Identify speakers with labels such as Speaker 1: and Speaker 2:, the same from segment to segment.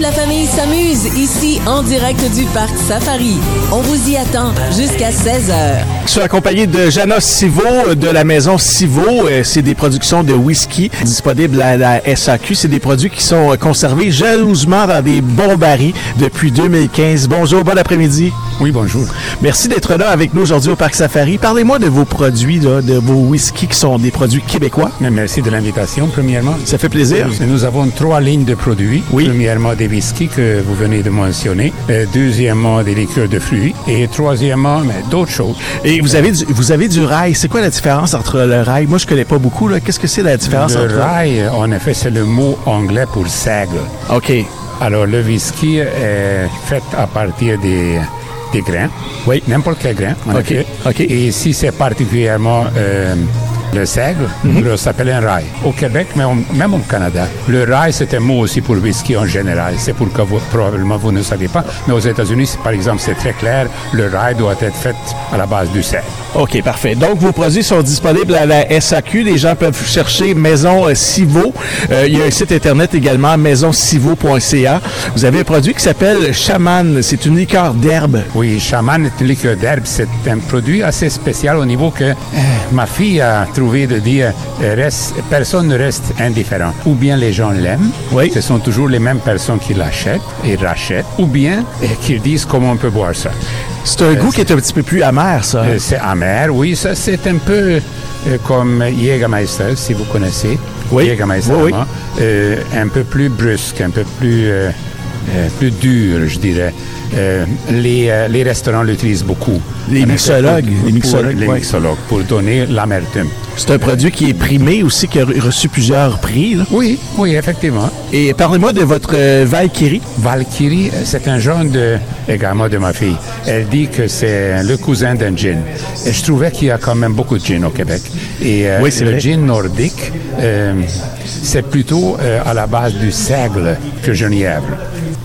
Speaker 1: la famille s'amuse ici en direct du parc Safari. On vous y attend jusqu'à 16h.
Speaker 2: Je suis accompagné de Jana Sivo de la maison Sivo. Euh, C'est des productions de whisky disponibles à la SAQ. C'est des produits qui sont euh, conservés jalousement dans des bons barils depuis 2015. Bonjour, bon après-midi.
Speaker 3: Oui, bonjour.
Speaker 2: Merci d'être là avec nous aujourd'hui au Parc Safari. Parlez-moi de vos produits, là, de vos whisky qui sont des produits québécois.
Speaker 3: Mais Merci de l'invitation, premièrement.
Speaker 2: Ça fait plaisir.
Speaker 3: Nous- Nous avons trois lignes de produits.
Speaker 2: Oui.
Speaker 3: Premièrement, des whisky que vous venez de mentionner. Euh, deuxièmement, des liqueurs de fruits. Et troisièmement, mais d'autres choses.
Speaker 2: Et vous avez du, vous avez du rail. C'est quoi la différence entre le rail? Moi, je connais pas beaucoup. là. Qu'est-ce que c'est la différence entre...
Speaker 3: le rye, en effet, c'est le mot anglais pour seigle.
Speaker 2: OK.
Speaker 3: Alors, le whisky est fait à partir des, des grains.
Speaker 2: Oui.
Speaker 3: N'importe quel grain, en
Speaker 2: Ok,
Speaker 3: effet.
Speaker 2: ok.
Speaker 3: Et ici, c'est particulièrement euh, le seigle.
Speaker 2: Mhm.
Speaker 3: Le s'appelle un rail. Au Québec, mais on- même au Canada, le rail, c'est un mot aussi pour whisky en général. C'est pour que vous, probablement vous ne savez pas. Mais aux États-Unis, c'est- par exemple, c'est très clair. Le rail doit être fait à la base du seigle.
Speaker 2: OK, parfait. Donc, vos produits sont disponibles à la SAQ. Les gens peuvent chercher Maison euh, Civo. Euh, il y a un site Internet également, maisoncivo.ca. Vous avez un produit qui s'appelle Chaman. C'est une liqueur d'herbe.
Speaker 3: Oui, Chaman est une liqueur d'herbe. C'est un produit assez spécial au niveau que euh, ma fille a trouvé de dire euh, reste- personne ne reste indifférent. Ou bien les gens l'aiment,
Speaker 2: Oui.
Speaker 3: ce sont toujours les mêmes personnes qui l'achètent et rachètent, ou bien euh, qu'ils disent comment on peut boire ça.
Speaker 2: C'est un goût qui est un petit peu plus amer, ça.
Speaker 3: Euh, c'est amer, oui, ça c'est un peu euh, comme Jägermeister, si vous connaissez.
Speaker 2: Oui.
Speaker 3: Jägermeister,
Speaker 2: Oui, oui.
Speaker 3: allemand. Euh, un peu plus brusque, un peu plus, euh, euh, plus dur, je dirais. Euh, les, euh, les restaurants l'utilisent beaucoup.
Speaker 2: Les
Speaker 3: En effet,
Speaker 2: mixologues,
Speaker 3: pour-
Speaker 2: les
Speaker 3: pour-
Speaker 2: mixologues,
Speaker 3: les
Speaker 2: ouais.
Speaker 3: mixologues, pour donner l'amertume.
Speaker 2: C'est un produit qui est primé aussi, qui a re- reçu plusieurs prix. là.
Speaker 3: Oui, oui, effectivement.
Speaker 2: Et parlez-moi de votre euh, Valkyrie.
Speaker 3: Valkyrie, euh, c'est un genre de, également de ma fille. Elle dit que c'est le cousin d'un gin. Et je trouvais qu'il y a quand même beaucoup de gin au Québec. Et euh,
Speaker 2: Oui, c'est
Speaker 3: le
Speaker 2: vrai.
Speaker 3: gin nordique, euh, c'est plutôt euh, à la base du seigle que genièvre.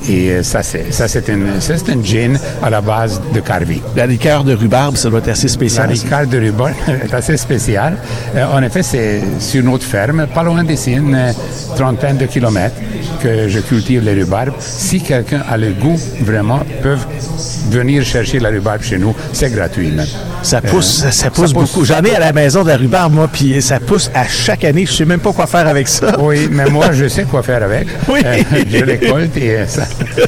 Speaker 3: Et euh, ça, c'est ça, c'est une- ça, c'est un gin à la base de Carvi.
Speaker 2: La liqueur de rhubarbe, ça doit être assez
Speaker 3: La
Speaker 2: spécial.
Speaker 3: Ricard de Ruban est assez spéciale. Euh, en effet, c'est sur notre ferme, pas loin d'ici, une euh, trentaine de kilomètres, que je cultive les rhubarbes. Si quelqu'un a le goût, vraiment, peuvent venir chercher la rhubarbe chez nous. C'est gratuit. même.
Speaker 2: Ça pousse, Euh, ça, ça pousse
Speaker 3: pousse.
Speaker 2: beaucoup. J'en ai à la maison de la rhubarbe, moi, puis ça pousse à chaque année. Je sais même pas quoi faire avec ça.
Speaker 3: Oui, mais moi, je sais quoi faire avec. Euh,
Speaker 2: Oui.
Speaker 3: je récolte et euh, ça,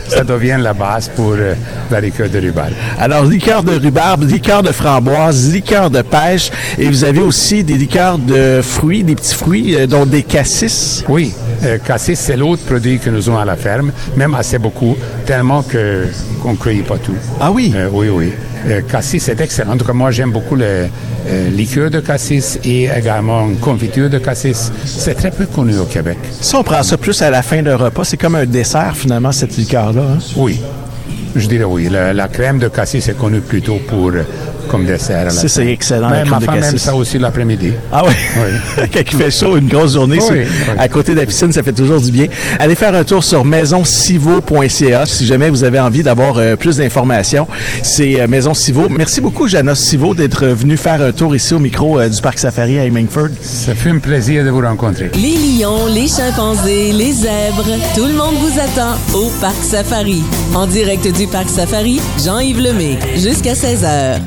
Speaker 3: ça devient la base pour euh, la liqueur de rhubarbe.
Speaker 2: Alors, liqueur de rhubarbe, liqueur de framboise, liqueur de pêche, et vous avez aussi des liqueurs de fruits, des petits fruits, euh, dont des cassis.
Speaker 3: Oui, euh, cassis, c'est l'autre produit que nous avons à la ferme, même assez beaucoup, tellement que qu'on ne cueille pas tout.
Speaker 2: Ah oui?
Speaker 3: Euh, oui, oui. Euh, cassis, c'est excellent. En tout cas, moi, j'aime beaucoup le euh, liqueur de cassis et également une confiture de cassis. C'est très peu connu au Québec.
Speaker 2: Si on prend ça plus à la fin d'un repas, c'est comme un dessert, finalement, cette liqueur-là. hein?
Speaker 3: Oui, je dirais oui. La, la crème de cassis est connue plutôt pour euh, comme dessert. à la
Speaker 2: Ça, c'est
Speaker 3: fin.
Speaker 2: excellent, la
Speaker 3: Mais
Speaker 2: crème
Speaker 3: ma
Speaker 2: de
Speaker 3: femme aime
Speaker 2: cassis.
Speaker 3: ça aussi l'après-midi.
Speaker 2: Ah oui?
Speaker 3: Oui.
Speaker 2: Quand il fait chaud, une grosse journée,
Speaker 3: Oui,
Speaker 2: c'est-
Speaker 3: oui.
Speaker 2: à côté de la piscine, ça fait toujours du bien. Allez faire un tour sur maisoncivo.ca si jamais vous avez envie d'avoir euh, plus d'informations. C'est euh, Maison Civo. Merci beaucoup, Jana Civo, d'être venue faire un tour ici au micro euh, du Parc Safari à Hemingford.
Speaker 3: Ça fait un plaisir de vous rencontrer.
Speaker 1: Les lions, les chimpanzés, les zèbres, tout le monde vous attend au parc Safari. En direct du parc Safari, Jean-Yves Lemay, jusqu'à 16h.